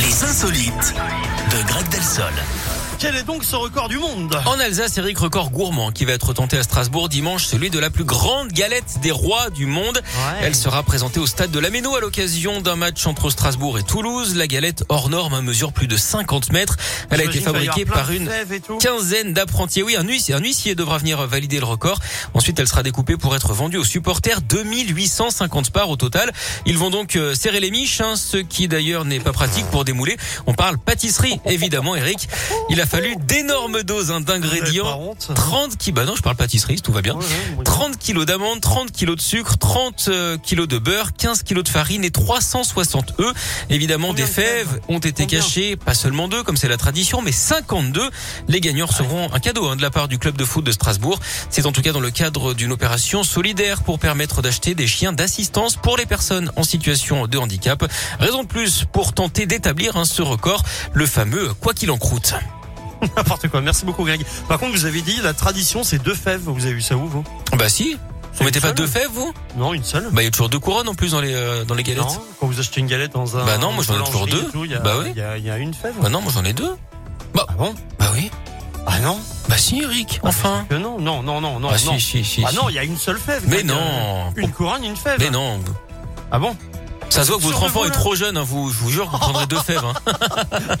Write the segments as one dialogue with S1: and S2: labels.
S1: insolites de Greg Delsol.
S2: Quel est donc ce record du monde
S3: En Alsace, Eric Record Gourmand qui va être tenté à Strasbourg dimanche, celui de la plus grande galette des rois du monde.
S2: Ouais.
S3: Elle sera présentée au stade de la Méno à l'occasion d'un match entre Strasbourg et Toulouse. La galette hors norme mesure plus de 50 mètres. Elle a été
S2: J'imagine qu'il va y avoir
S3: fabriquée
S2: plein de
S3: par une
S2: fèves et tout.
S3: quinzaine d'apprentis. Oui, un huissier, un huissier devra venir valider le record. Ensuite, elle sera découpée pour être vendue aux supporters. 2850 parts au total. Ils vont donc euh, serrer les miches, hein, ce qui d'ailleurs n'est pas pratique pour démouler. On parle pâtisserie, évidemment, Eric. Il a fallu d'énormes doses hein,
S2: Vous avez pas
S3: d'ingrédients.
S2: honte
S3: 30 qui, bah non, je parle pâtisserie, tout va bien.
S2: Ouais, ouais, ouais.
S3: 30 kilos d'amandes, 30 kilos de sucre, 30 euh, kilos de beurre, 15 kilos de farine et 360 œufs. Évidemment,
S2: Combien
S3: des
S2: de fèves
S3: fèves ont été
S2: Combien
S3: cachées, pas seulement deux, comme c'est la tradition, mais 52. Les gagnants recevront un cadeau hein, de la part du club de foot de Strasbourg. C'est en tout cas dans le cadre d'une opération solidaire pour permettre d'acheter des chiens d'assistance pour les personnes en situation de handicap. Raison de plus pour tenter d'établir hein, ce record, le fameux quoi qu'il en croûte.
S2: N'importe quoi. Merci beaucoup, Greg. Par contre, vous avez dit la tradition, c'est deux fèves. Vous avez vu ça où, vous
S3: Bah si,
S2: C'est
S3: vous mettez
S2: une
S3: pas
S2: seule
S3: deux fèves, vous
S2: Non, une seule.
S3: Bah il y a toujours deux couronnes en plus dans les euh, dans les galettes.
S2: Non, quand vous achetez une galette dans un.
S3: Bah non, moi, j'en ai
S2: boulangerie
S3: toujours deux.
S2: et tout, Il y a-
S3: Bah oui.
S2: il y a- il y a une fève.
S3: Bah non, moi j'en ai deux.
S2: Ah bon
S3: Bah oui.
S2: Ah non.
S3: Bah si, Eric, enfin.
S2: Que non, non, non, non, non.
S3: ah
S2: non.
S3: si, si, si.
S2: Ah
S3: si.
S2: non, il y a une seule fève.
S3: Mais
S2: Greg.
S3: non.
S2: Une couronne, une fève.
S3: Mais non.
S2: Ah bon
S3: Ça se voit que votre
S2: Sur le
S3: enfant est
S2: volant.
S3: trop jeune, hein, vous, je vous jure que vous prendrez deux fèves. hein.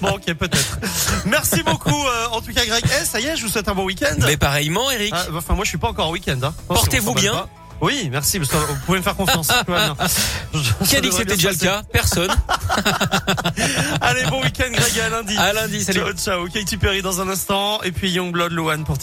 S2: Bon, ok, peut-être. Merci beaucoup, euh, en tout cas, Greg. Eh, ça y est, je vous souhaite un bon week-end.
S3: Mais pareillement, Eric.
S2: Ah, enfin, moi, je suis pas encore au week-end. hein. Attention,
S3: Portez-vous
S2: on s'emballe
S3: bien.
S2: pas. Oui, merci. Parce que vous pouvez me faire confiance. tout va bien. Ça
S3: Qui a dit que
S2: devrait
S3: c'était
S2: bien
S3: déjà
S2: se
S3: le cas Personne.
S2: passer. Allez, bon week-end, Greg. À lundi.
S3: À lundi, salut.
S2: Ciao, ciao. Katy Perry dans un instant. Et puis Youngblood, Luan pour